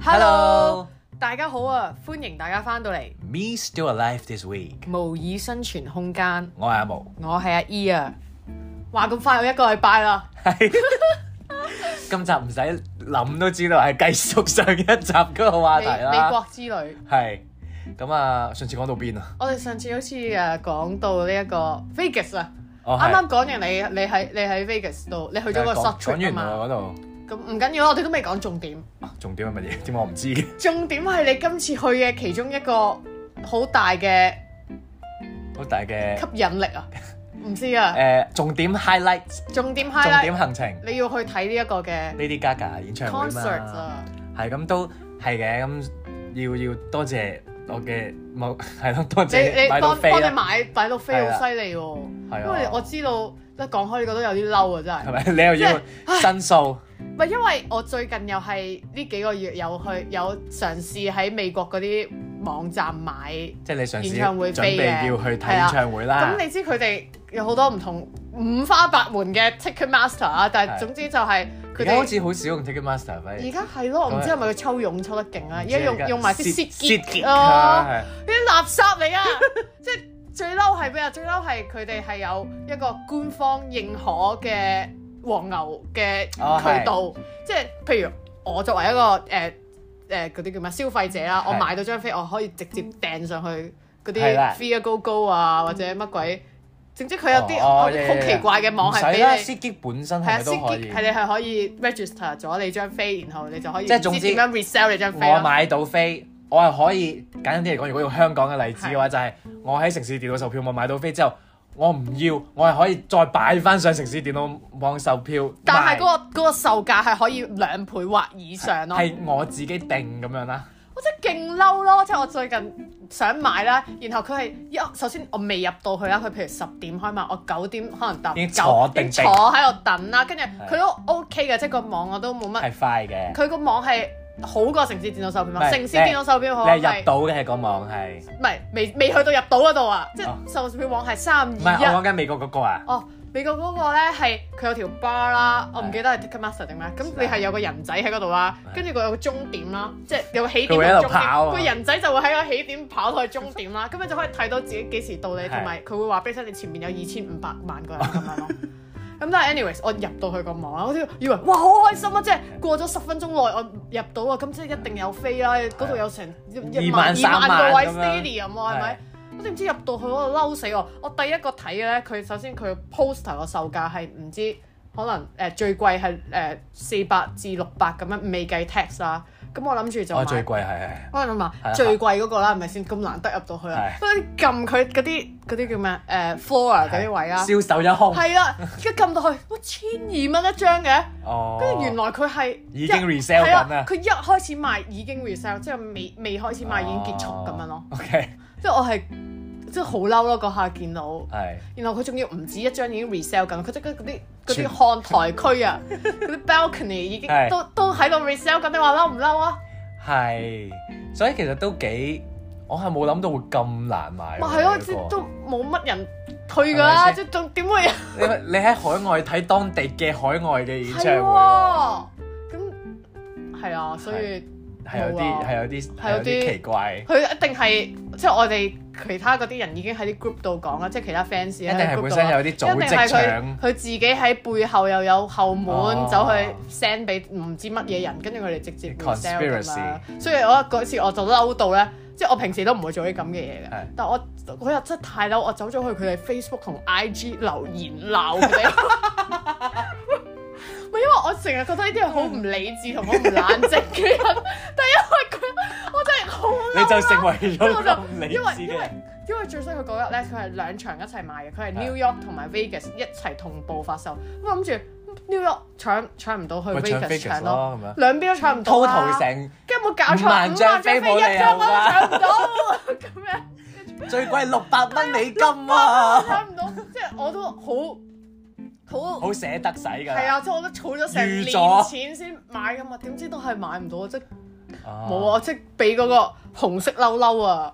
Hello，大家好啊，歡迎大家翻到嚟 Me still alive this week。無以生存空間，我係阿毛，我係阿 E 啊。話咁快有一個禮拜啦，係今集唔使諗都知道係繼續上一集嗰個話美題美啦。國之旅。係咁啊，上次講到邊啊？我哋上次好似誒講到呢一個 Vegas 啊，哦，啱係啱講完你你喺你喺 Vegas 度，你去咗個講 short trip 啊講完嘛。我嗰度咁唔緊要，我哋都未講重點。啊重點係乜嘢？點解我唔知嘅？重點係你今次去嘅其中一個好大嘅好大嘅吸引力啊，唔知啊。誒重點 highlight，重點重 highlight 點行程。你要去睇呢一個嘅 Lady Gaga 演唱會 concert 嘛，啊，係咁都係嘅，咁要要多謝我嘅 某係咯，多你你謝買到幫飛幫你啦，買買到係飛啦好犀利喎，係啊因為我知道一講開呢個都有啲嬲啊，真係係。咪？你又即要係申訴？唔係因為我最近又係呢幾個月有去有嘗試喺美國嗰啲網站買，即係你上次演唱會準飛嘅啊備要去睇演唱會啦咁，你知佢哋有好多唔同五花八門嘅 Ticketmaster 啊，但係係總之就係佢而家好哋。似好少用 Ticketmaster 反而而家係咯，我唔知係咪佢抽佣抽得勁啊！而家用用埋啲 Seat- set Seat 結啊咯。係呢啲垃圾嚟啊！ 即係最嬲係咩啊？最嬲係佢哋係有一個官方認可嘅黃牛嘅哦係渠道，即係譬如我作為一個誒誒嗰啲叫咩消費者啦，我係買到張飛，我可以直接掟上去嗰係啲啦 Via Go Go 啊，或者乜鬼，總之佢有啲哦好哦好呀呀呀奇怪嘅網唔係俾使啦你。 ，Seat 本身係係啊，咪先都可以係？你係可以 register 咗你張飛，然後你就可以即係總之知點樣 resell 你張飛我啦。買到飛，我係可以簡單啲嚟講，如果用香港嘅例子嘅話，就係我喺城市電腦售票網買到飛之後，我唔要，我係可以再擺翻上城市電腦網售票，但係賣嗰、個嗰個售價係可以兩倍或以上咯。係我自己定咁樣啦。我真係勁嬲咯！即係我最近想買啦，然後佢係一首先我未入到去啦，佢譬如十點開賣，我九點可能搭已經九坐定已經定坐喺度等啦，跟住佢都 OK 嘅，即係個網我都冇乜，係快嘅，佢個網係好過城市電腦售票唔網，係城市電腦售票你網係係入到嘅係個網係，唔係未未去到入到嗰度啊？即係哦售票網係三唔係二一我。講緊美國嗰個啊，哦，美國嗰個咧係佢有條 bar 啦，我唔記得係 Ticketmaster 定咩，咁啊你係有個人仔喺嗰度啦，係跟住佢有個終點啦，即係有個起點同啊佢會喺終度跑點，啊個人仔就會喺個起點跑到去終點啦，咁你就可以睇到自己幾時到你，係同埋佢會話俾你聽你前面有二千五百萬個人咁樣咯。 咁但係 anyways，我入到去個網啦，我都以為哇好開心啊！即係過咗十分鐘內我入到啊，咁即係一定有飛啦，嗰度有成一二萬二萬三個位萬咁 stadium 樣喎，係咪？我點知入到去我嬲死我！我第一個睇嘅咧，佢首先佢 poster 個售價係唔知可能誒、呃最貴係誒四百至六百咁樣，未計 tax 啦。咁我諗住就我啊最買，貴係係。係我諗係下啊最貴嗰個啦，係咪先咁難得入到去啊？係所以撳佢嗰啲嗰啲叫咩誒、呃 floor 嗰啲位啦，銷售一空。係啦，一撳到去，哇千二蚊一張嘅，哦，跟住原來佢係已經一 resell 係啊緊啦佢一開始賣已經 resell，即係未未開始賣已經結束咁樣咯。哦 OK，即係我係即係好嬲咯，嗰下見到，係然後佢仲要唔止一張已經 resell 緊，佢即刻嗰啲嗰全啲看台區 啊，嗰啲 balcony 已經係都都喺度 resell 緊，你話嬲唔嬲啊？係，所以其實都幾，我係冇諗到會咁難買喎。咪係咯，呢即個都冇乜人去㗎啦，係咪即先係仲點會你你喺海外睇當地嘅海外嘅演唱係會喎喎，？咁係啊，所以係有冇啊啲係有啲係有係有啲啲奇怪，佢一定係即係我哋其他嗰啲人已經喺啲 group 度講啦，即係其他 fans 一一定係本身有啲組一定係 織佢搶，佢自己喺背後又有後門哦走去 send 俾唔知乜嘢人，跟住佢哋直接 resell 㗎嘛 Conspiracy 所以我嗰次我就嬲到咧，即係我平時都唔會做啲咁嘅嘢嘅係，但我嗰日真係太嬲，我走咗去佢哋 Facebook 同 IG 留言鬧佢哋。唔係因 為我成日覺得呢啲係好唔理智同好唔冷靜嘅人，但係因為佢，我真係好你就成為 因為咗我咁就理因為智因嘅為人。因為最衰佢嗰日咧，佢係兩場一齊賣嘅，佢係 New York 同埋 Vegas 一齊同步發售。咁我諗住 New York 搶搶唔到去咪搶 Vegas 搶 Vegas 咯，咯咁樣兩邊都搶唔到啦，total。成跟住有冇搞錯，五萬五張萬張飛飛啊冇一理由張我都啦搶唔到，咁樣最貴六百蚊美金 啊，搶唔到， 即係我都好好好捨得使㗎。係啊！即係我都儲咗成預咗年錢先買噶嘛，點知都係買唔到，即係啊，冇啊！我即係俾嗰個紅色嬲嬲 啊，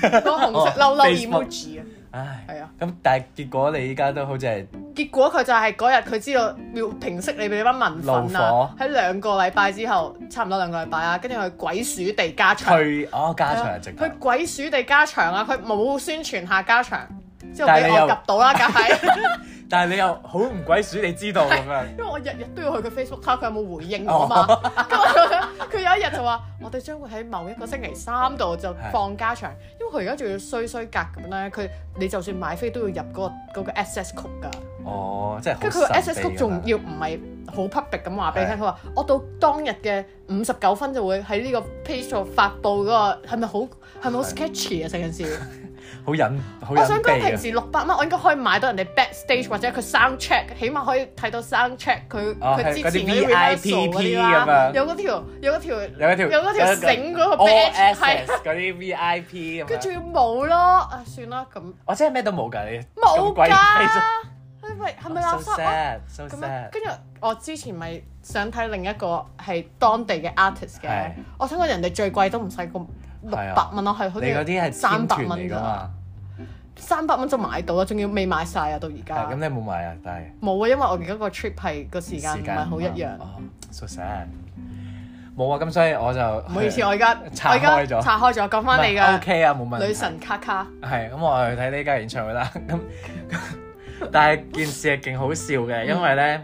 嗰個紅色嬲哦嬲，Facebook emoji 啊，唉。係啊！咁但係結果你依家都好似係結果佢就係嗰日佢知道要平息你哋呢班民憤怒啊，喺兩個禮拜之後，差唔多兩個禮拜啊，跟住佢鬼鼠地加場，退哦加長直頭佢，鬼鼠地加場啊，佢冇宣傳下加場，之後但係俾你我又及到啦，梗係，但係你又好唔鬼鼠，你知道咁樣。因為我日日都要去佢 Facebook 睇下佢有冇回應我嘛，哦跟住佢佢有一日就話我哋將會喺某一個星期三度就放加場，因為佢而家仲要衰衰格咁咧，佢你就算買飛都要入嗰、個嗰個 access 曲㗎。 哦，即係好跟住佢個神 S S 秘咁曲仲樣要唔係好 public 咁話俾你聽，係佢話我到當日嘅五十九分就會喺呢個 page 度發布嗰、個係咪好係咪好係 sketchy 啊成件事？好隱好我想隱講秘啊平嘅。時六百蚊我應該可以買到人哋 backstage 或者佢 sound check，起碼可以睇到 sound check 佢哦佢之係嗰啲前嗰啲 rehearsal 嗰啲 VIP 咁啦，樣有嗰條有嗰條有一條有嗰條一繩嗰個 All badge 係 access，嗰啲 VIP 咁跟住樣。冇咯，啊算啦咁我真係咩都冇㗎，你冇咁貴㗎你真，係咪係咪垃 So 圾啊？ sad，so 咁樣 sad。跟住我之前咪想睇另一個係當地嘅 artist 嘅係，啊我想講人哋最貴都唔使個六百蚊咯，係好你嗰啲似係天三百團蚊嚟㗎咋，嘛？三百蚊就買到啦，仲要未買晒啊！到而係咁家你冇買啊？但係冇啊，因為我而家個 trip 係個時間唔時間係好一樣。哦，so sad。冇啊，咁所以我就唔唔好意 思，我而家拆我而家開咗拆開咗，講翻你嘅 OK 啊，冇問題。女神卡卡，係，咁我去睇呢家演唱會啦。 咁但係件事係勁好笑嘅，因為咧，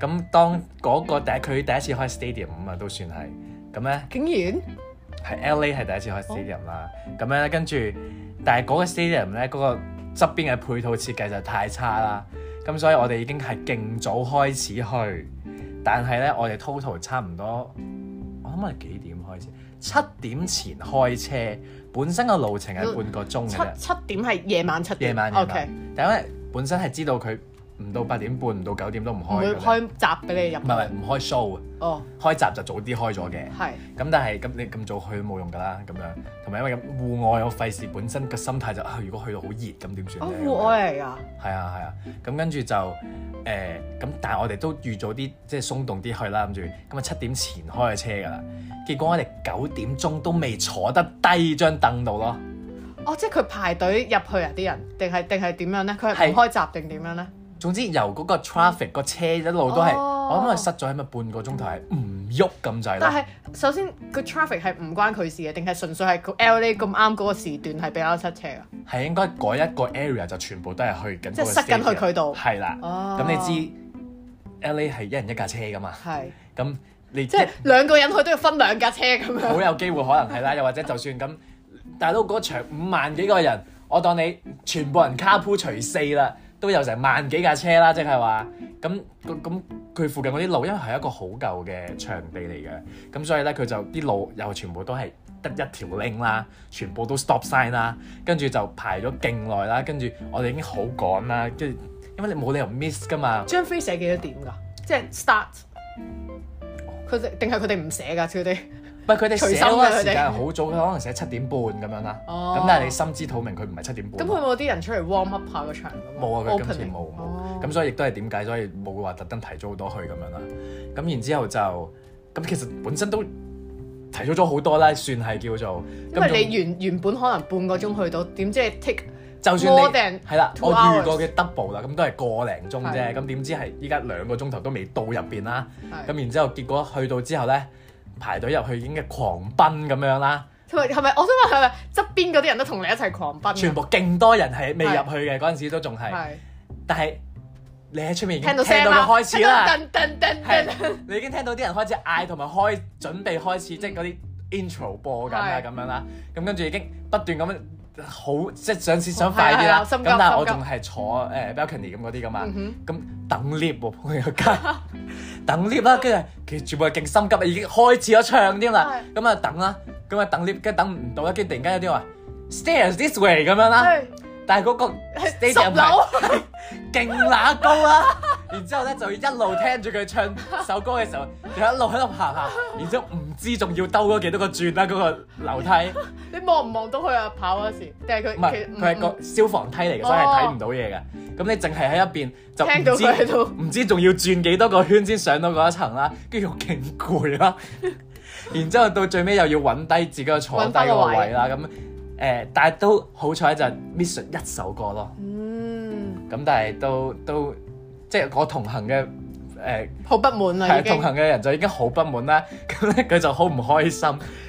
咁當嗰個第佢第一次開 stadium 啊嘛，都算係。咁咧竟然係 LA 係第一次開 stadium 啦。咁樣咧跟住，但係嗰個 stadium 咧嗰、個側邊嘅配套設計就太差啦。咁所以我哋已經係勁早開始去，但係咧我哋 total 差唔多，我諗係幾點開始？七點前開車，本身個路程係半個鐘嘅啫。七七點係夜晚七點夜晚夜晚 OK，但因為本身係知道佢唔到八點半，唔到九點都唔唔開會嘅咧，開閘俾你入唔。係唔係唔開 show 啊，哦，開閘就早啲開咗嘅。係咁但係咁你咁早去都冇用㗎啦，咁樣同埋因為咁戶外我費事本身個心態就啊，如果去到好熱咁點算哦，咧？戶外嚟㗎，係啊係啊，咁跟住就誒咁、但係我哋都預早啲，即係鬆動啲去啦，諗住咁啊七點前開嘅車㗎啦，結果我哋九點鐘都未坐得低張凳度咯。哦，即係佢排隊入去啊！啲人定係定係點樣咧？佢係係唔開閘定點樣咧？總之由嗰個 traffic 個車一路都係，嗯哦我諗係塞咗喺咪半個鐘頭係唔喐咁滯但啦。係首先個 traffic 係唔關佢事嘅，定係純粹係個 LA 咁啱嗰個時段係比較塞車啊？係應該嗰一個 area 就全部都係去緊嗰個 station，即係塞緊去佢度係啦，哦咁你知 LA 係一人一架車噶嘛？係，咁你即係兩個人去都要分兩架車咁樣。好有機會可能係啦，又或者就算咁，大佬嗰場五萬幾個人，我當你全部人卡鋪除四啦，都有成萬幾架車啦，即係話咁咁咁佢附近嗰啲路，因為係一個好舊嘅場地嚟嘅，咁所以咧佢就啲路又全部都係得一條 link 啦，全部都 stop sign 啦，跟住就排咗勁耐啦，跟住我哋已經好趕啦，跟住因為你冇理由 miss 噶嘛，張飛寫幾多點㗎？即係 start。佢哋定係佢哋唔寫㗎？佢哋唔係佢哋隨寫心嗰啦個時間佢哋係好早，佢可能寫七點半咁樣啦，咁、哦但係你心知肚明佢唔係七點半咁啊嘛。佢有冇啲人出嚟 warm up 下個場咁啊冇啊，佢今次 Opening 冇哦冇，咁所以亦都係點解，所以冇話特登提早好多去咁樣啦。咁然之後就咁，其實本身都提早咗好多啦，算係叫做。因為你原原本可能半個鐘去到，點知係 take 你就算你 more than 係啦， two 我遇 hours 過嘅 double 啦，咁都係個零鐘係啫。咁點知係依家兩個鐘頭都未到入邊啦。係咁然之後結果去到之後咧，排隊入去已經嘅狂奔咁樣啦，同埋係咪？我想問係咪側邊嗰啲人都同你一齊狂奔啊？全部勁多人係未入去嘅嗰陣時都仲係，係但係你喺出面已經聽到聽到聲啦，佢開始啦。聽到噔噔噔係噔。， 你已經聽到啲人開始嗌同埋開準備開始，即係嗰啲 intro 播緊啦嗯係咁樣啦，咁跟住已經不斷咁樣好即係想先想快係啲啊係啊啦，心咁急但係我心急仲係坐誒 balcony 咁嗰啲噶嘛嗯，哼咁等 lift 喎，仆你個街 等 lift 啦，跟住其實全部係勁心急，已經開始咗唱添啦，咁啊等啦，咁啊等 lift，跟住等唔到啦，跟住突然間有啲話 stairs this way 咁樣啦，係但係嗰個哎十 stadium 啊係樓，勁乸高啦，然之後咧就一路聽住佢唱首歌嘅時候，就一路喺度行行，然之後唔知仲要兜咗幾多個轉啦嗰個樓梯，你望唔望到佢啊？跑嗰時，定係佢唔其實係哦佢係個消防梯嚟嘅，所以係睇唔到嘢嘅。咁你淨係喺一邊就聽到唔知佢喺度唔知仲要轉幾多個圈先上到嗰一層啦，跟住我勁攰啦。然之後到最尾又要揾低自己個坐低個位啦，咁誒、但係都好彩就 miss 咗一首歌咯。嗯，咁咁但係都都即係我同行嘅誒好不滿啊啦已係經同。行嘅人就已經好不滿啦， 咁咧佢就好唔開心。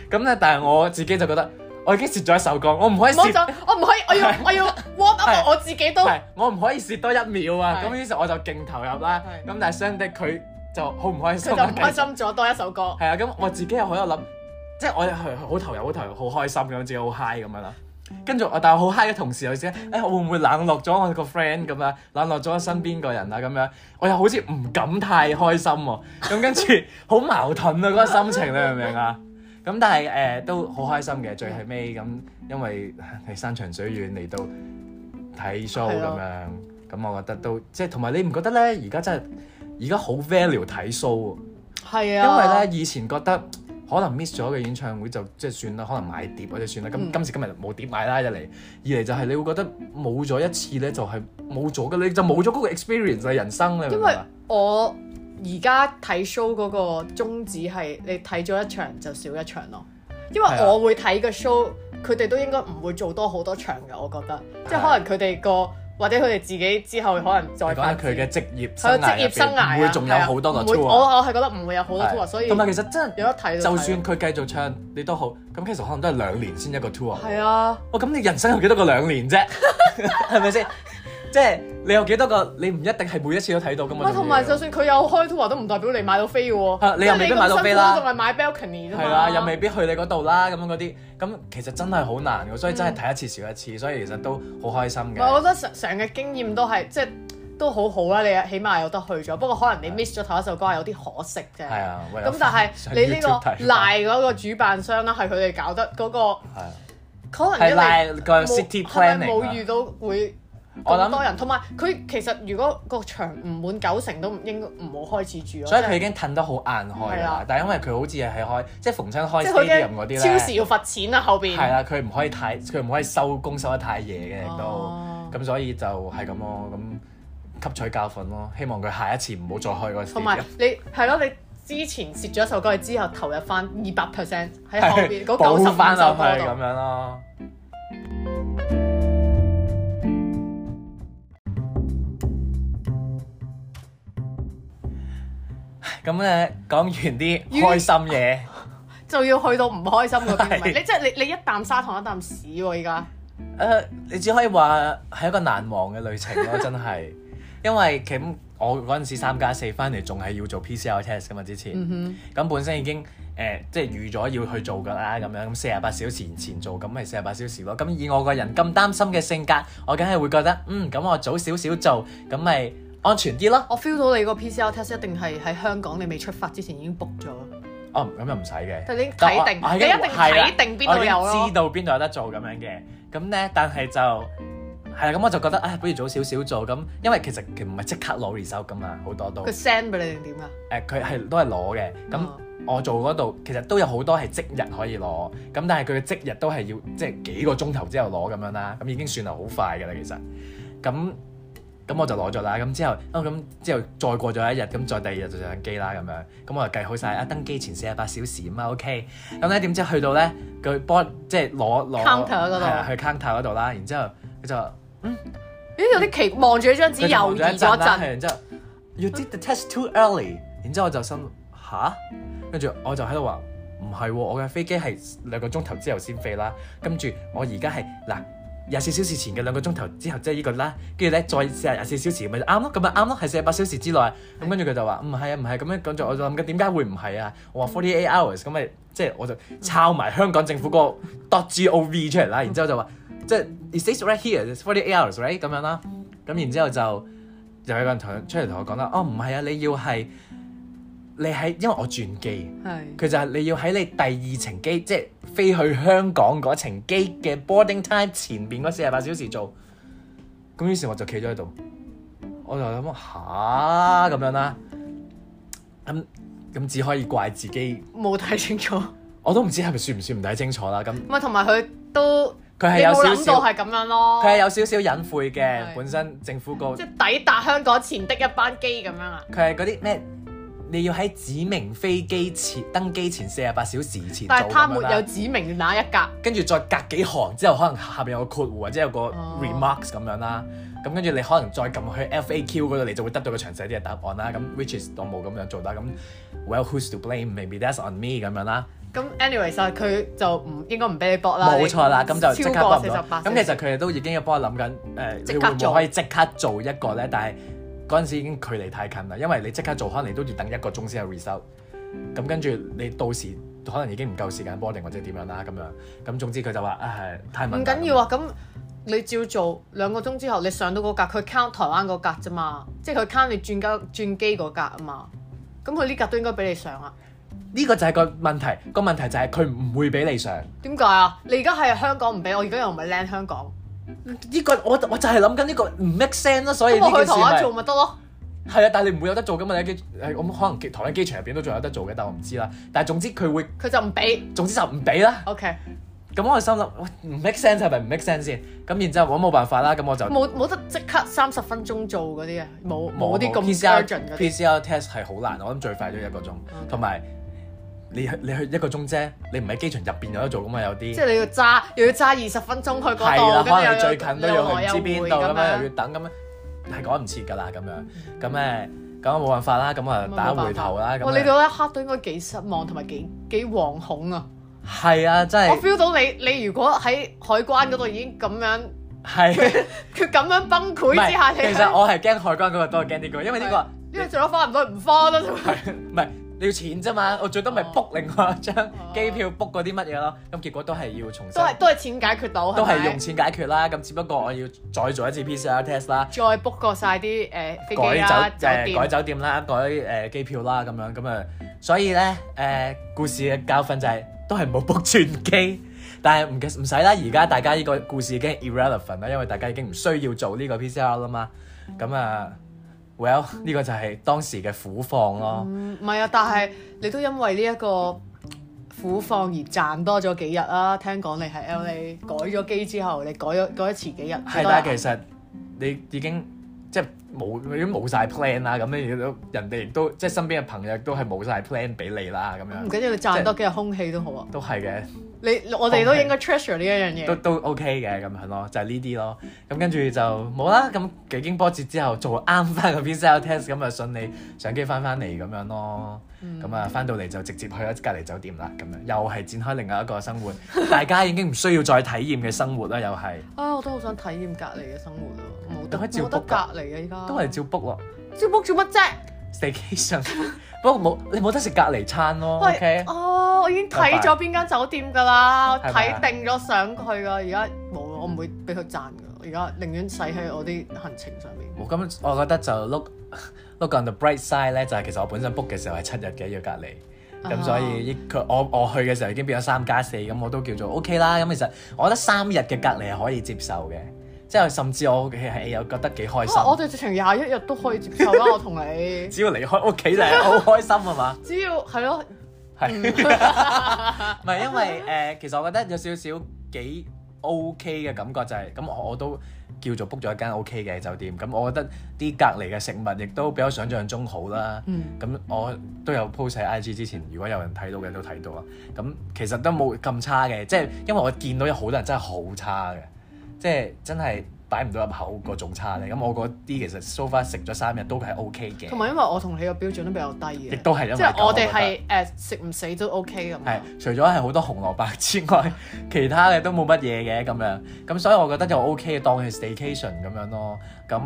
咁咧但係我自己就覺得我已經蝕咗一首歌，我唔可以唔好蝕就。我唔可以，我要我要 warm 係 up 啊我自己都係，我唔可以蝕多一秒啊！係咁於是我就勁投入啦。係咁但係相的佢就好唔開心佢啦。就唔開心咗多一首歌。係啊，咁我自己又喺度諗，即係我係好投入、好投入、好開心咁樣，自己好 high 咁樣啦。跟住我，但係好 high 嘅同時又知，誒、我會唔會冷落咗我個 friend 咁樣，冷落咗我身邊個人啊咁樣，我又好似唔敢太開心喎、咁跟住 好矛盾啊嗰、個心情，你明唔明啊？咁但係誒、都好開心嘅，最後尾咁，因為係山長水遠嚟到睇 show 係咁咯樣，咁我覺得都即係同埋你唔覺得咧？而家真係而家好 value 睇 show 喎。係因啊，為咧以前覺得可能 miss 咗嘅演唱會就即係算啦，可能買碟或者算啦。咁、嗯今時今日冇碟買啦，一嚟；二嚟就係你會覺得冇咗一次咧，就係冇咗嘅，你就冇咗嗰個 experience 啊人生咧。因為我而家睇 show 嗰個宗旨係你睇咗一場就少一場咯。因為係啊我會睇嘅 show，佢哋都應該唔會做多好多場嘅，我覺得。即係可能佢哋個或者佢哋自己之後可能你再講緊發展佢嘅職業佢嘅生涯職入業生涯啊邊，唔會仲有係啊好多個唔會 tour 我我係覺得唔會有好多係 tour，所以同埋其實真係有得睇就算佢繼續唱你都好，咁其實可能都係兩年先一個 tour。係啊，我咁你人生有幾多個兩年啫？ 係咪先？即係你有幾多個？你唔一定係每一次都睇到噶嘛。喂，同埋啊仲要就算佢有開 tour 都唔代表你買到飛嘅啊喎，你又未必買到即係飛啦你咁辛苦仲係啊買 balcony 啫嘛係啦，又未必去你嗰度啦，咁樣嗰啲，咁其實真係好難嘅，所以嗯真係睇一次少一次，所以其實都好開心唔係，我嘅。覺得成成嘅經驗都係即係都好好啦，你啊起碼有得去咗。不過可能你 miss 咗頭一首歌係有啲可惜啫。啊係啊，唯有咁但係上你呢 YouTube 個睇賴嗰個主辦商啦，係佢哋搞得嗰個係啊可能係因為賴個冇 city 係咪 planning 冇啊遇到會我咁諗多人，同埋佢其實如果個場唔滿九成都唔應該唔好開始住咯。所以即係佢已經褪得好硬開啊係啦啊。但係因為佢好似係開，即係逢親開即係佢 stadium 嗰啲嘅咧，超時要罰錢啦，後邊係啦，佢唔可以太，佢唔可以收工收得太夜嘅亦都，哦咁所以就係咁咯，咁吸取教訓咯。希望佢下一次唔好再開個 stadium。同埋你係咯，你之前蝕咗一首歌，你之後投入翻二百 percent 喺後邊嗰九十 補翻五首落去歌咁度。樣咯。咁咧講完啲開心嘢，就要去到唔開心嗰邊，係唔係你即係你你一啖砂糖一啖屎喎！而家誒、呃你只可以話係一個難忘嘅旅程咯，真係，因為咁我嗰陣時三加四翻嚟，仲係要做 PCR test 噶嘛，之前，咁、本身已經誒、即係預咗要去做噶啦，咁樣咁四十八小時前做，咁咪四十八小時咯。咁以我個人咁擔心嘅性格，我梗係會覺得，嗯，咁我早少少做，咁咪安全啲咯。我 feel 到你個 PCR test 一定係喺香港，你未出發之前已經 book 咗，哦，咁又唔使嘅。但係你已經但我睇定，我係你一定係啦睇定邊度有我已經咯。知道邊度有得做咁樣嘅。咁咧，但係就係啦，咁我就覺得，唉，不如早少少做咁，因為其實佢唔係即刻攞 result 噶嘛，好多都佢誒， send 俾你定點啊？佢係都係攞嘅。咁哦我做嗰度其實都有好多係即日可以攞，咁但係佢嘅即日都係要即係幾個鐘頭之後攞咁樣啦，咁已經算係好快嘅啦，其實。咁咁我就攞咗啦，咁之後，啊咁之後再過咗一日，咁再第二日就上機啦咁樣，咁我就計好晒啊登機前四十八小時啊嘛，OK，咁咧點知去到咧佢幫即係攞攞 Counter 嗰度係啊去 counter 嗰度啦，然之後佢就咦，有啲奇望住張紙佢就望猶豫咗一陣啦，陣，係然之後 you did the test too early，然之後我就心吓，跟住我就喺度話唔係喎，我嘅飛機係兩個鐘頭之後先飛啦，跟住我而家係嗱。廿四小時前嘅兩個鐘頭之後，即係呢個啦，跟住咧再四廿四小時咪啱咯，咁咪啊啱咯，係四十八小時之內。咁跟住佢就話唔係啊，唔係咁樣，跟住 我就諗緊點解會唔係啊？我話 forty eight hours，咁咪即係我就抄埋香港政府嗰個 dot gov 出嚟啦，然之後就話即係 it says right here forty eight hours right 咁樣啦，咁然之後就就有個人同出嚟同我講啦，哦唔係啊，你要係你喺因為我轉機。係佢就係你要喺你第二程機，即係飛去香港嗰程機嘅 boarding time 前邊嗰四十八小時做。咁於是我就企咗喺度，我就諗吓咁樣啦。咁咁只可以怪自己，冇睇清楚，唔我都唔知係咪算唔算唔睇清楚啦。咁係同埋佢都佢係你有冇少諗到少，係咁樣咯，佢係有少少隱晦嘅。係本身政府個即係抵達香港前的一班機咁樣啊。佢係嗰啲咩？你要喺指明飛機前登機前四十八小時前做但係他咁沒樣啦有指明那一格。跟住再隔幾行之後，可能下邊有個括弧或者有個哦 remarks 咁樣啦。咁跟住你可能再撳去 FAQ 嗰度，你就會得到個詳細啲嘅答案啦。咁 which is 我冇咁樣做啦。咁 well who's to blame？Maybe that's on me 咁樣啦。咁 anyways 啊佢就唔應該唔俾你搏啦。冇錯啦，咁就即刻超過幫四唔十到。八。咁其實佢哋都已經有幫我諗緊，誒、即你刻會唔做會可以即刻做一個咧？但係嗰陣時已經距離太近啦，因為你即刻做，可能你都要等一個鐘先有 result。咁跟住你到時可能已經唔夠時間 boarding 或者點樣啦咁樣。咁總之佢就話啊係太唔敏感緊要啊，咁你照做兩個鐘之後，你上到嗰格，佢 count 台灣嗰格啫嘛，即係佢 count 你轉交轉機嗰格啊嘛。咁佢呢格都應該俾你上啊？呢個就係個問題，個問題就係佢唔會俾你上。點解啊？你而家係香港唔俾我，而家又唔係靚香港，呢、個我我就係諗緊呢個唔 make sense 咯，所以咁呢我件去事台灣咪做咪得咯？係啊，但係你唔會有得做噶嘛？你喺機誒咁可能機台灣機場入邊都仲有得做嘅，但我唔知啦。但係總之佢會，佢就唔俾。總之就唔俾啦。 OK，咁我心諗，喂唔 make sense 係咪唔 make sense 先？咁然之後我冇辦法啦，咁我就冇冇得即刻三十分鐘做嗰啲啊？冇冇啲咁 PCR urgent 嗰啲。嗯 PCR test 係好難，我諗最快都一個鐘，同埋你去你去一個鐘啫，你唔喺機場入邊有得做噶嘛？有即啲係你要揸，又要揸二十分鐘去嗰係度，啦，跟可能你住又最近都又要去唔來知又邊回度咁咁樣，又樣要等咁樣，係趕唔切㗎啦咁樣。咁誒咁我冇辦法啦，咁啊咁啊打冇辦回法頭啦。咁哇！你啊到一刻都應該幾失望同埋幾幾惶恐啊！係啊，真我係 feel 到你，你如果喺海關嗰度已經咁樣， 係。佢咁樣崩潰唔係之下，你其實我係驚海關嗰個多過驚呢個，因為呢個。因為做咗翻唔到唔翻啦，同埋係唔係你要錢啫嘛？我最多咪哦 book 另外一張哦機票 book 嗰啲乜嘢咯。咁結果都係要重都新，係都係錢解決到，都係係咪用錢解決啦。咁只不過我要再做一次 PCR test 啦，再 book 過晒啲誒飛機啦、嗯改酒酒誒改店。酒店啦，改誒機票啦咁樣咁啊。所以咧誒故事嘅教訓就係都係冇 book 轉機。但係唔嘅唔使啦，而家大家呢個故事已經 irrelevant 啦，因為大家已經唔需要做呢個 PCR 啦嘛。咁啊，well 呢個就係當時嘅苦況咯。嗯唔係啊，但係你都因為呢一個苦況而賺多咗幾日啦。聽講你喺 LA 改咗機之後，你改咗改咗遲幾日，嗯係，但係其實你已經即係冇已經冇晒 plan 啦，咁你亦都人哋亦都即係身邊嘅朋友亦都係冇晒 plan 俾你啦，咁唔樣緊要，你賺多幾日空氣都好啊。都係嘅，你我哋都應該 treasure 呢一樣嘢都。都 OK 嘅咁樣咯，就係呢啲咯。咁跟住就冇啦，咁幾經波折之後做啱翻個 PCR test，咁啊順利上機翻翻嚟咁樣咯。咁啊翻到嚟就直接去咗隔離酒店啦，咁樣又係展開另外一個生活， 大家已經唔需要再體驗嘅生活啦，又係啊！我都好想體驗隔離嘅生活喎，冇得嗯都可以照冇得 book 隔㗎離啊嘅依家。都係照 book 咯。照 book 做乜啫？ staycation，不過冇你冇得食隔離餐咯喂，OK？哦，我已經睇咗邊間酒店㗎啦，我係咪啊睇定咗上去㗎，而家冇啦，我唔會俾佢賺㗎，而家寧願使喺我啲行程上面。我咁我覺得就 look look on the bright side 咧，就係其實我本身 book 嘅時候係七日嘅要隔離，咁啊所以依佢我我去嘅時候已經變咗三加四，咁我都叫做 OK 啦。咁其實我覺得三日嘅隔離係可以接受嘅，即係甚至我係有覺得幾開啊我心。哋直情廿一日都可以接受啦，我同 你。只要離開屋企就係好開心啊嘛，只要係咯，係。唔係因為誒、呃其實我覺得有少少幾 OK 嘅感覺就係、咁，我我都叫做 book 咗一間 OK 嘅酒店，咁我覺得啲隔離嘅食物亦都比我想象中好啦。嗯，咁我都有 post 喺 IG 之前，如果有人睇到嘅都睇到啦。咁其實都冇咁差嘅，即係因為我見到有好多人真係好差嘅，即係真係擺唔到入口嗰種差咧。咁我嗰啲其實 so far 食咗三日都係 OK 同嘅，埋因為我同你個標準都比較低亦嘅，都係因為即係我哋覺得係誒食唔死都 OK 咁。係，除咗係好多紅蘿蔔之外，其他嘅都冇乜嘢嘅咁樣。咁所以我覺得就 O K 嘅，當佢 staycation 咁樣咯。咁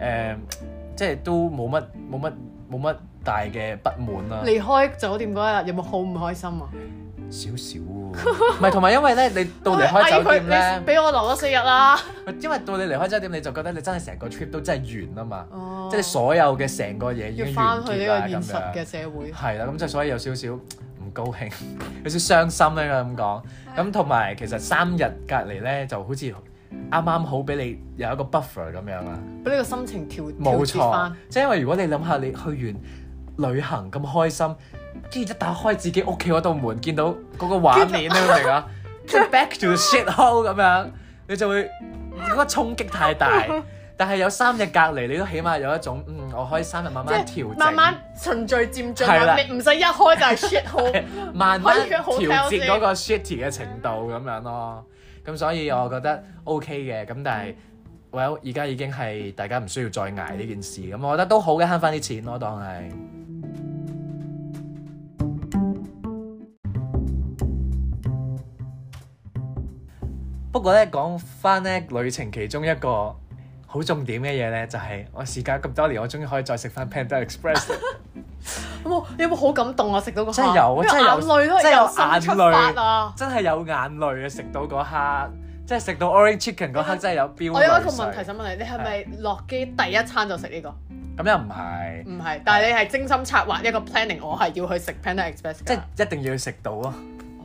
誒、即係都冇乜冇乜冇乜大嘅不滿啦。離開酒店嗰一日有冇好唔開心啊？少 少喎，唔係同埋因為咧，你到離開酒店哎佢咧你，俾我留咗四日 啦。因為到你離開酒店，你就覺得你真係成個 trip 都真係完啊嘛，哦即係所有嘅成個嘢已要經完翻去呢結啦個咁現實樣嘅。社會。係啦，咁就所以有少少唔高興， 有少傷心咧咁講。咁同埋其實三日隔離咧，就好似啱啱好俾你有一個 buffer 咁樣啦。俾呢個心情調冇調節錯翻。，即係因為如果你諗下你去完旅行咁開心，跟住一打開自己屋企嗰道門，見到嗰個畫面，你明唔明 啊？即係 back to the shit hole 咁樣，你就會嗰個衝擊 太大。但係有三日隔離，你都起碼有一種嗯，我可以三日慢慢即調係整，慢慢循序漸進係啦啦，你唔使一開就係 shit hole。慢慢調節嗰個 shitty 嘅程度咁樣咯。咁所以我覺得 OK 嘅，咁但係，well 而家已經係大家唔需要再捱呢件事，咁我覺得都好嘅，慳翻啲錢咯，當係。不過咧，講翻咧旅程其中一個好重點嘅嘢咧，就係、我時隔咁多年，我終於可以再食翻 Panda Express 啦有冇有冇好感動啊？食到個蝦真係有啊因為真係有眼淚都真係有係由心出發啊！真係有眼淚啊！食到嗰刻，即係食到 Orange Chicken 嗰刻，真係有飆嗯我有一淚個問題水。想問你，你係咪落機第一餐就食呢個？咁又唔係，唔係，但係你係精心策劃一個 planning，我係要去食 Panda Express 即㗎。係一定要食到咯。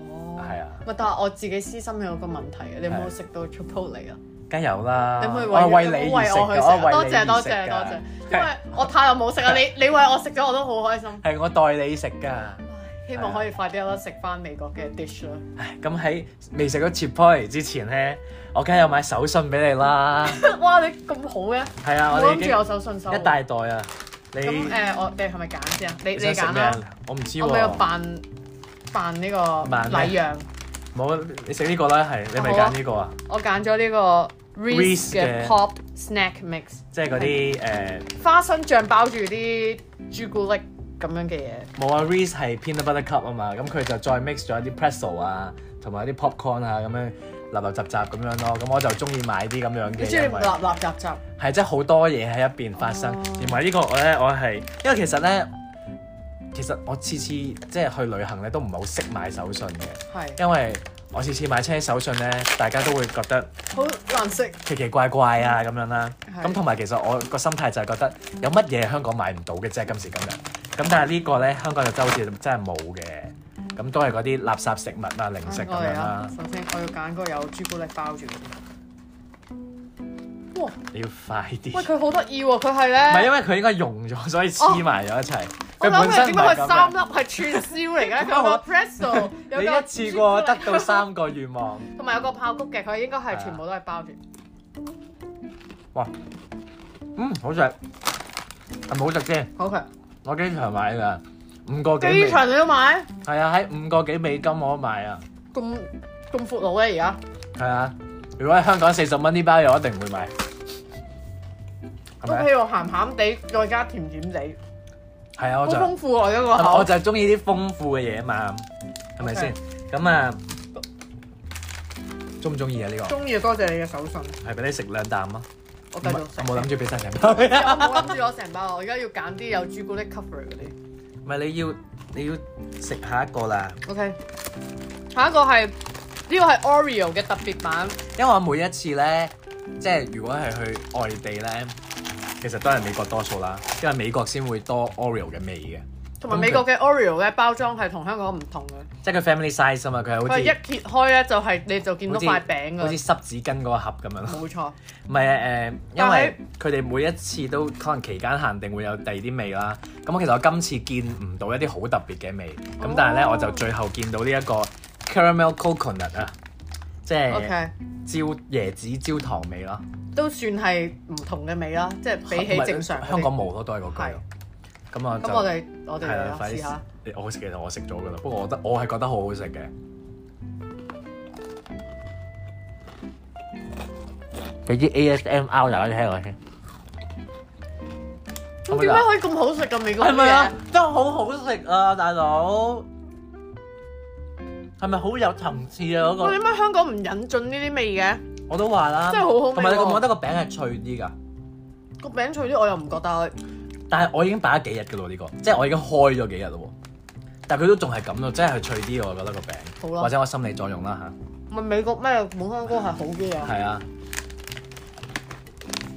哦，係啊，喂，但係我自己私心有個問題嘅，你有冇食到 Chipotle 啊？梗有啦。你可以我係為為你你而為食我去㗎，食，啊我多係為你謝而多食謝多謝㗎。，因為我太耐冇食啊，你你為我食咗我都好開心。係我代你食㗎。希啊望可以快啲有得食翻美國嘅 dish 啦。 唉，咁喺未食到 Chipotle 之前咧，我梗係有買手信俾你 啦。哇！你咁好嘅，係啊，我我哋已諗經住我手信手。一大袋啊。你咁誒，我哋係咪揀先啊？你你你想食揀咩啦啊。？我唔知我咪有喎。扮扮呢個扮咩禮讓，冇，你食呢個啦，係你咪好啊揀呢個啊？我揀咗呢個 Reese Reese 嘅嘅 Pop Snack Mix，即係嗰啲誒花生醬包住啲朱古力咁樣嘅嘢。冇啊，Reese 係 peanut butter cup 啊嘛，咁佢就再 mix 咗啲 pretzel 啊，同埋啲 popcorn 啊咁樣，立立雜雜咁樣咯。咁我就中意買啲咁樣你中意嘅，因立為立雜雜，係真係好多嘢喺入邊發生。哦而埋呢個我咧，我係因為其實咧，其實我次次即係去旅行咧都唔係好識買手信嘅，係因為我次次買親啲手信咧，大家都會覺得。好難食。奇奇怪怪啊咁樣啦。係咁同埋其實我個心態就係覺得有乜嘢香港買唔到嘅啫，今時今日。咁但係呢個咧，香港就真係好似真係冇嘅。嗯咁都係嗰啲垃圾食物啊、零食咁我樣嚟啦啊！。首先我要揀個有朱古力包住嘅。哇！你要快啲。喂，唔佢好得意喎，佢係係咧因，為佢應該溶咗，所以黐埋咗一齊。哦我佢諗本佢身唔點解佢係咁三樣粒。係串燒嚟 嘅？佢有我個 pretzel，有你個一次過得朱古到力三個願望，同埋有個爆谷嘅，佢應該係全部都係包住。嗯，好食，係咪好食先？好嘅，我經常買㗎，五個幾機美，場你都買係啊，喺五個幾美金我都買啊。咁咁闊佬咧？而家係啊，如果喺香港四十蚊呢包嘢，我一定會買。O 係咪？啊 K 喎，鹹鹹地再加甜甜地，係啊，好我就豐富喎呢個我口。就中意啲豐富嘅嘢嘛，係咪先？咁啊，中唔中意啊？呢個中意多謝你嘅手信，係俾你食兩啖啊！我繼唔係續食。我冇諗住俾晒成包 你啊。我冇諗住攞成包，我而家要揀啲有朱古力 cover 嗰啲。唔係你要你要食下一個啦， O K，下一個係呢個係 Oreo 嘅特別版，因為我每一次咧，即係如果係去外地咧，其實都係美國多數啦，因為美國先會多 Oreo 嘅味嘅，同埋美國嘅 Oreo 咧包裝係同香港唔同嘅，即係佢 family size 啊嘛，佢係好佢係似一揭開咧就係你就見到塊餅啊好似㗎，濕紙巾嗰個盒咁樣咯。冇錯。唔係誒，因但係為佢哋每一次都可能期間限定會有第二啲味啦。咁其實我今次見唔到一啲好特別嘅味，咁、但係咧哦我就最後見到呢一個 caramel coconut 啊，即係 O K，焦椰子焦糖味啦。都算係唔同嘅味啦，即係比唔起係正常嗰啲香港冇咯，都係嗰句咯。咁啊，咁我哋我哋係啦嚟，快試啲下。你我食其實我食咗噶啦，不過我覺得我係覺得好好食嘅。俾啲 ASMR 大家聽我先。咁點解可以咁好食嘅美國啲嘢？？真係啊好好食啊，大佬！係咪好有層次啊？嗰、我點解香港唔引進呢啲味嘅？我都話嗯啦，真係好好味喎同埋你覺唔覺得個餅係脆啲㗎？個餅脆啲，我又唔覺得。但係我已經擺咗幾日㗎咯，呢、個即係我已經開咗幾日咯喎。但係佢都仲係咁咯，真係脆啲喎，我覺得個餅。好啦或者我心理作用啦唔係美國咩滿香哥係好啲吓，啊！係啊，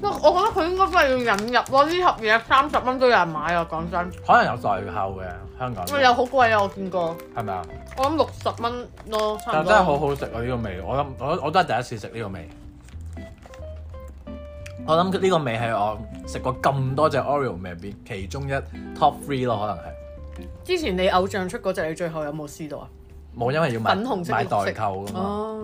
不過我覺得佢應該真係要引入喎，呢盒嘢三十蚊都有人買啊！講真，可能有代購嘅香港，因為有好貴啊！我見過，係咪啊？我諗六十蚊咯，差但唔真係好多。好食啊！呢個味，我諗我我都係第一次食呢個味。我諗呢個味係我食過咁多隻 Oreo 味入邊其中一 top three 咯，可能係之前你偶像出嗰隻，你最後有冇試到啊？冇，因為要買粉紅色買綠色代購噶嘛，哦，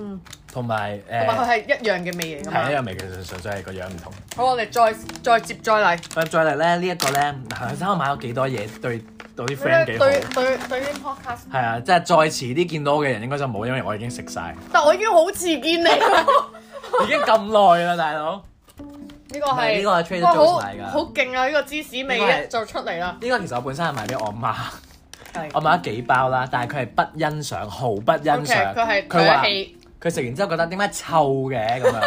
同埋同埋佢誒係一樣嘅味嚟㗎係啊一嘛。樣味，其實純粹係個樣唔同。好，我哋再再接再厲。喂，再嚟咧呢一個咧，嗱，真係買咗幾多嘢對到啲 friend 對幾對好。對對啲 podcast。係啊，即係再遲啲見到我嘅人應該就冇，因為 我已經食晒，但我已經好遲見你啦。已經咁耐啦，大佬。呢個唔係呢個係係 Trader 哇好 Joe's 買㗎好勁啊！呢個芝士味呢個係一就出嚟啦，呢個其實我本身係買俾我媽，係我買咗幾包啦，但係佢係不欣賞，毫不欣 OK，賞。佢係佢話佢氣佢食完之後覺得點解臭嘅咁 樣，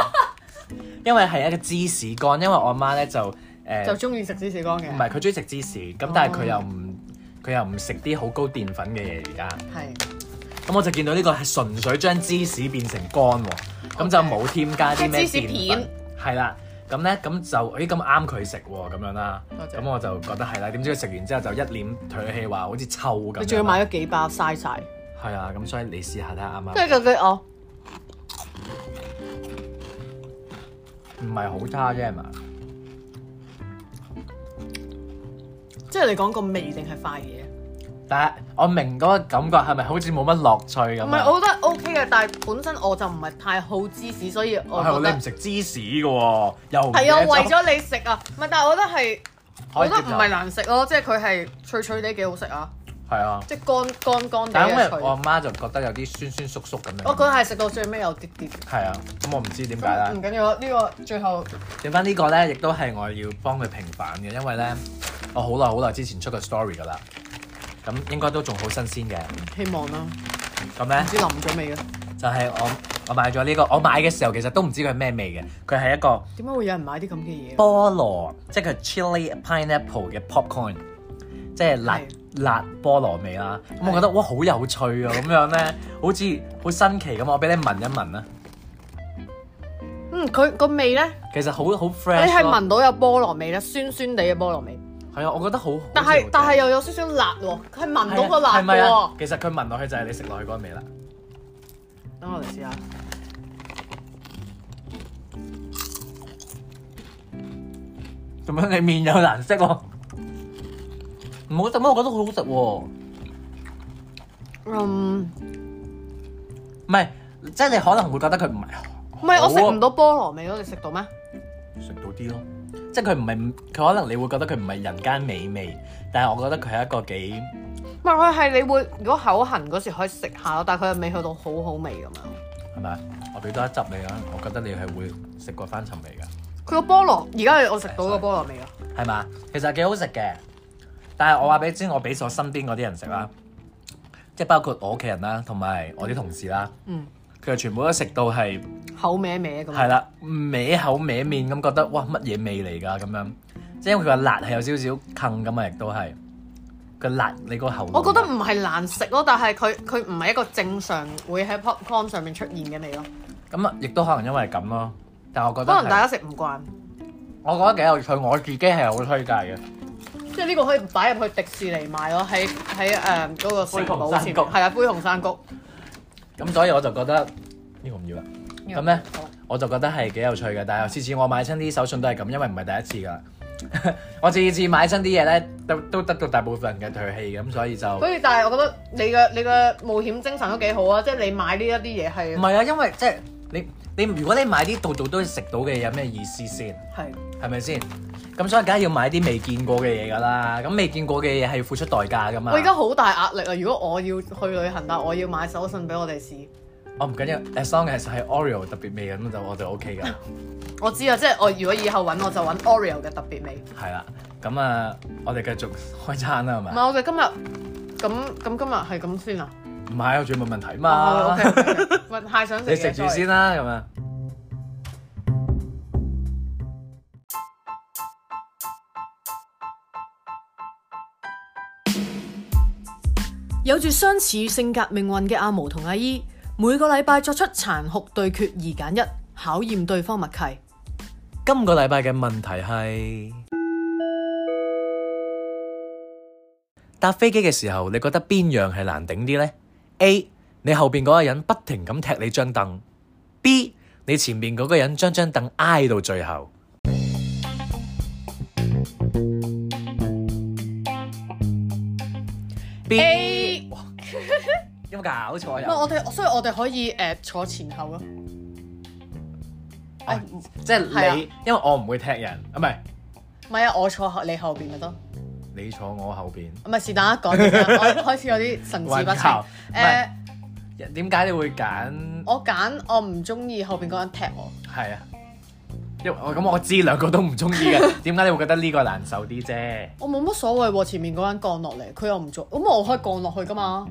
因為係一個芝士乾，因為我媽咧就誒就哦中意食芝士乾嘅唔，係佢中意食芝士，咁但係佢又唔佢又唔食啲好高澱粉嘅嘢而家，係咁我就見到呢個係純粹將芝士變成乾喎，咁就 OK 冇添加啲即係咩芝士澱粉片，係啦。咁咧，咁就咦咁啱佢食喎，咁樣啦。多謝咁我就覺得係啦。點知佢食完之後就一臉唾棄，話好似臭咁樣啦。你仲要買咗幾包嘥晒，係啊，咁所以你試下睇下啱唔跟啱？住佢哦，唔係好差啫係嘛？即係你講個味定係塊嘢？但係我明嗰個感覺係咪好似冇乜樂趣咁唔啊？係，我覺得 OK 嘅，但係本身我就唔係太好芝士，所以我係覺喎你唔得食芝士嘅喎，又唔係啊，記得為咗你食啊，唔係，但係我覺得係，我可以覺得唔係接難食咯，即係佢係脆脆地幾好食啊，受係啊，即係乾乾乾但係地因嘅為我脆。阿媽就覺得有啲酸酸縮縮咁樣。我覺得係食到最尾有啲啲，係啊，咁我唔知點解啦咁。嗯唔緊要啦，呢個最後剩翻呢個咧，亦都係我要幫佢平反嘅，因為咧我好耐好耐之前出個 story 噶啦，咁應該都仲好新鮮嘅。希望啦，唔咁咧知淋咗未啊？就係我我買咗呢個，我買嘅時候其實都唔知佢係咩味嘅，佢係一個點解會有人買啲咁嘅嘢？啊菠蘿，即係佢 chili pineapple 嘅 popcorn，即係辣係辣菠蘿味啦。咁係我覺得哇，好有趣啊！咁樣咧，好似好新奇咁。我俾你聞一聞啊啦，嗯，佢個味咧，其實好好你 fresh 係咯。聞到有菠蘿味咧，酸酸地嘅菠蘿味，係啊，我覺得好。但好似好係正但係又有少少辣喎，佢係聞到個係啊辣係咪嘅啊喎。？其實佢聞落去就係你食落去嗰個味啦。等我嚟試下。咁樣你面有難色喎。唔好，但係我覺得好好食喎。唔嗯，係，即係你可能會覺得佢唔係唔係我食好啊唔到菠蘿味咯，你食到咩？食到啲咯，即係佢唔係佢可能你會覺得佢唔係人間美味，但係我覺得佢係一個幾唔係佢係你會如果口痕嗰時可以食下咯，但係佢又未去到好好味咁樣。係咪啊？我俾多一執你啊！我覺得你係會食過翻尋味㗎，佢個菠蘿而家我食到個菠蘿味啊！係嘛？其實幾好食嘅，但係我話俾你知，我俾咗身邊嗰啲人食啦，即係包括我屋企人啦，同埋我啲同事啦，嗯，佢哋全部都食到係。口歪歪咁係樣。啦，歪口歪面咁覺得哇乜嘢味嚟㗎咁樣，即係因為佢個辣係有少少坑咁啊，亦都係佢辣你個喉嚨。我覺得唔係難食咯，但係佢佢唔係一個正常會喺 popcorn 上面出現嘅味咯。咁啊，亦都可能因為咁咯。但係我覺得可能大係，家食唔慣，我覺得幾有趣，我自己係好推介嘅。即係呢個可以擺入去迪士尼賣咯，喺喺誒嗰個城堡前灰熊山面谷係啊，灰熊山谷。咁所以我就覺得呢個唔要啦。咁咧好啦，我就覺得係幾有趣嘅。但係次次我買親啲手信都係咁，因為唔係第一次㗎啦。 我次次買親啲嘢咧，都都得到大部分人嘅唾棄咁，所以就。所以但係我覺得你嘅你嘅冒險精神都幾好啊！即係你買呢一啲嘢係唔係啊，因為即係你你如果你買啲度度都食到嘅嘢，有咩意思先？係係咪先？咁所以梗係要買啲未見過嘅嘢㗎啦。咁未見過嘅嘢係要付出代價㗎嘛。我而家好大壓力啊！如果我要去旅行，但係我要買手信俾我哋試，我唔緊要，as long as 係 Oreo 特別味咁就我就 OK 㗎。我知啊，即係我如果以後揾我就揾 Oreo 嘅特別味。係啦，咁啊，我哋繼續開餐啦，係唔咪？係我哋今日咁咁今日係咁先啊。唔係，我仲有冇問題哦嘛？ ，OK，OK，喂，太想食嘢啊你食住。 sorry 先啦，咁啊。有住相似性格命運嘅阿毛同阿姨，每個禮拜作出殘酷對決二揀一，考驗對方默契。今個禮拜嘅問題係：搭飛機嘅時候，你覺得邊樣係難頂啲呢 a 你後邊嗰個人不停咁踢你張凳；B，你前面嗰個人將張凳挨到最後。B， A，有冇搞錯唔係呀？我哋，所以我哋可以誒坐前後咯。誒唔哦即係哎係啊你，因為我唔會踢人，啊唔係係啊，我坐後你後邊咪得。你坐我後邊。唔係是但一講嘅啫，我開始有啲神志不混清。誒淆，唔係點解你會揀？我揀我唔中意後邊嗰個人踢我，係啊，因為我咁我知兩個都唔中意 嘅，點解你會覺得呢個難受啲啫？我冇乜所謂喎，前面嗰個人降落嚟，佢又唔做，咁我可以降落去噶嘛？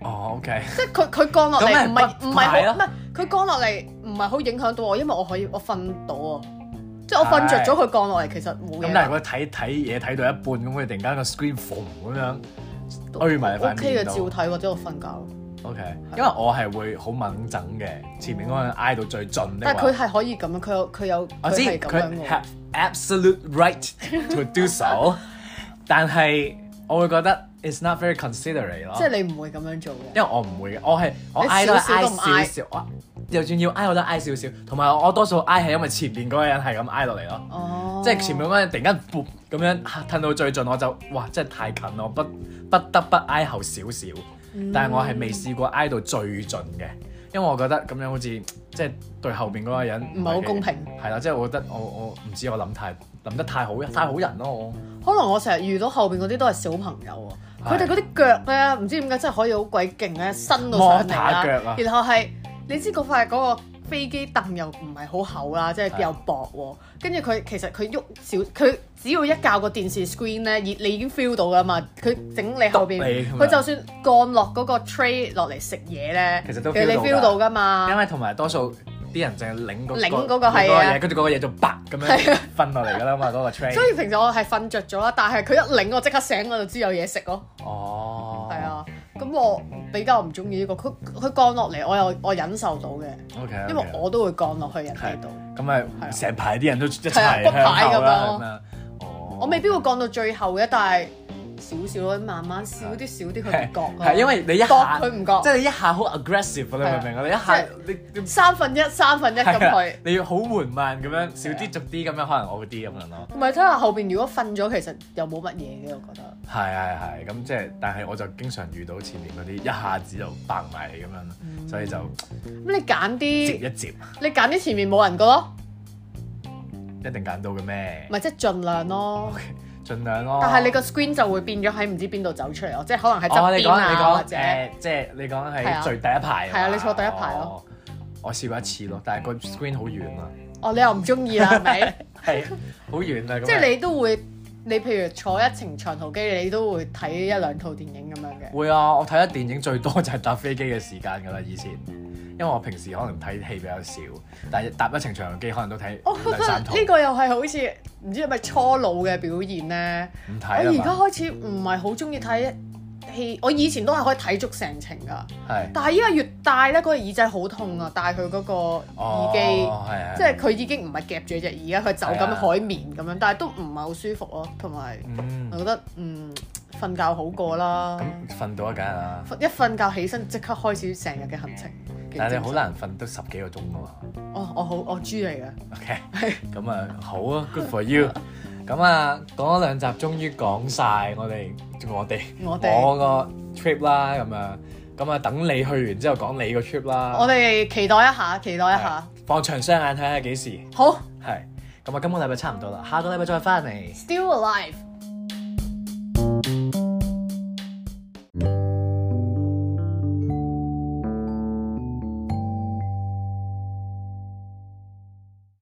哦，OK，即係佢佢降落咁咪嚟唔係不唔快係咯好唔係佢降落嚟唔係好影響到我，因為我可以我瞓到啊，即係我瞓着咗佢降落嚟，其實冇咁嘢但係如啦。果睇睇嘢睇到一半，咁佢突然間個 screen 縫咁樣推埋塊 O K 嘅面照度睇或者我瞓覺， ，OK，因為我係會好敏整嘅，前面嗰個人挨到最盡的但係佢話，係可以咁樣，佢有佢有我佢知係咁樣佢哦嘅 have absolute right to do so，但係我會覺得 it's not very considerate 咯喎，即。係你唔會咁樣做嘅。因為我唔會嘅，我係我你挨都係少少挨都唔少挨少，我就算要挨我都挨少少，同埋我多數挨係因為前面嗰個人係咁挨落嚟咯，哦，即係前面嗰個人突然間 boom 咁樣啊褪到最盡，我就哇真係太近咯，不不得不挨後少少，嗯但係我係未試過挨到最盡嘅，因為我覺得咁樣好似即係對後邊嗰個人唔係好幾公平，係啦，即係我覺得我我唔知我諗太諗得太好太好人咯，我可能我成日遇到後邊嗰啲都係小朋友啊，係佢哋嗰啲腳咧，唔知點解真係可以好鬼勁咧，伸到摩上嚟打啦。腳啊然後係你知嗰塊嗰個飛機凳又唔係好厚啦，即係係又薄喎。跟住佢其實佢喐少，佢只要一較個電視 screen 咧，你你已經 feel 到噶嘛。佢整你後邊篤你咁樣，佢就算降落嗰個 tray 落嚟食嘢咧，其實都你 feel feel 到到㗎噶嘛因。為同埋多數啲人淨係領嗰啊擰嗰個係啊領嗰嘢，跟住嗰個嘢就白咁係樣啊瞓落嚟㗎啦嘛，嗰個 train。所以平時我係瞓着咗啦，但係佢一擰我即刻醒，我就知有嘢食咯。哦，係啊，咁我比較唔中意呢個，佢佢降落嚟，我又我忍受到嘅， ，OK，因為我都會降落去人哋度，咁咪啊成排啲人都一齊係啊向骨牌後咁啦，樣咁樣。哦我未必會降到最後嘅，但係少少咯，慢慢少啲少啲佢係唔覺咯，係因為你一覺下佢唔覺即係你一下好 aggressive，你明唔明啊？你一下你你三分一三分一咁係啊去，你要好緩慢咁樣，少啲逐啲咁樣，可能我啲咁樣咯。同埋睇下後邊如果瞓咗，其實又冇乜嘢嘅，我覺得。係係係，咁即係，但係我就經常遇到前面嗰啲一下子就爆埋你咁樣，所以就咁你揀接啲一接，你揀啲前面冇人嘅咯，一定揀到嘅咩？咪即係盡量咯。盡量咯。但係你個 screen 就會變咗喺唔知邊度走出嚟咯，即係可能喺哦，側你邊講你啊，或講者誒，即係你講係啊喺最第一排嘛。係啊你坐第一排咯哦。我試過一次咯，但係個 screen 好遠 啊，哦，你又唔中意啦，係咪？係好遠啊。咁即係係你都會，你譬如坐一程長途機，你都會睇一兩套電影咁樣嘅。會啊！我睇得電影最多就係搭飛機嘅時間㗎啦，以前。因為我平時可能睇戲比較少，但係搭一程長途機可能都睇我覺兩得三套，呢個又哦係好似唔知係咪初老嘅表現呢。唔我睇而啦家嘛。開始唔係好中意睇戲，我以前都係可以睇足成程㗎，係但係依家越戴呢，嗰個耳仔好痛啊！戴佢嗰個耳機，哦，係啊，即係佢已經唔係夾住隻耳啊，佢就係咁啊海綿咁樣，但係都唔係好舒服咯。同埋嗯我覺得嗯瞓覺好過啦。咁瞓到一啊梗啦，一瞓覺起身即刻開始成日嘅行程。幾嗯但係精神你好難瞓到十幾個鐘㗎嘛。哦，我好我豬嚟嘅， OK，咁啊好啊，good for you。咁啊，講咗兩集，終於講晒我哋我哋我哋我個 trip 啦，咁樣咁啊，等你去完之後講你個 trip 啦。我哋期待一下，期待一係下。放長雙眼睇下幾時好係。咁啊，今個禮拜差唔多啦，下個禮拜再翻嚟。 ，Still Alive。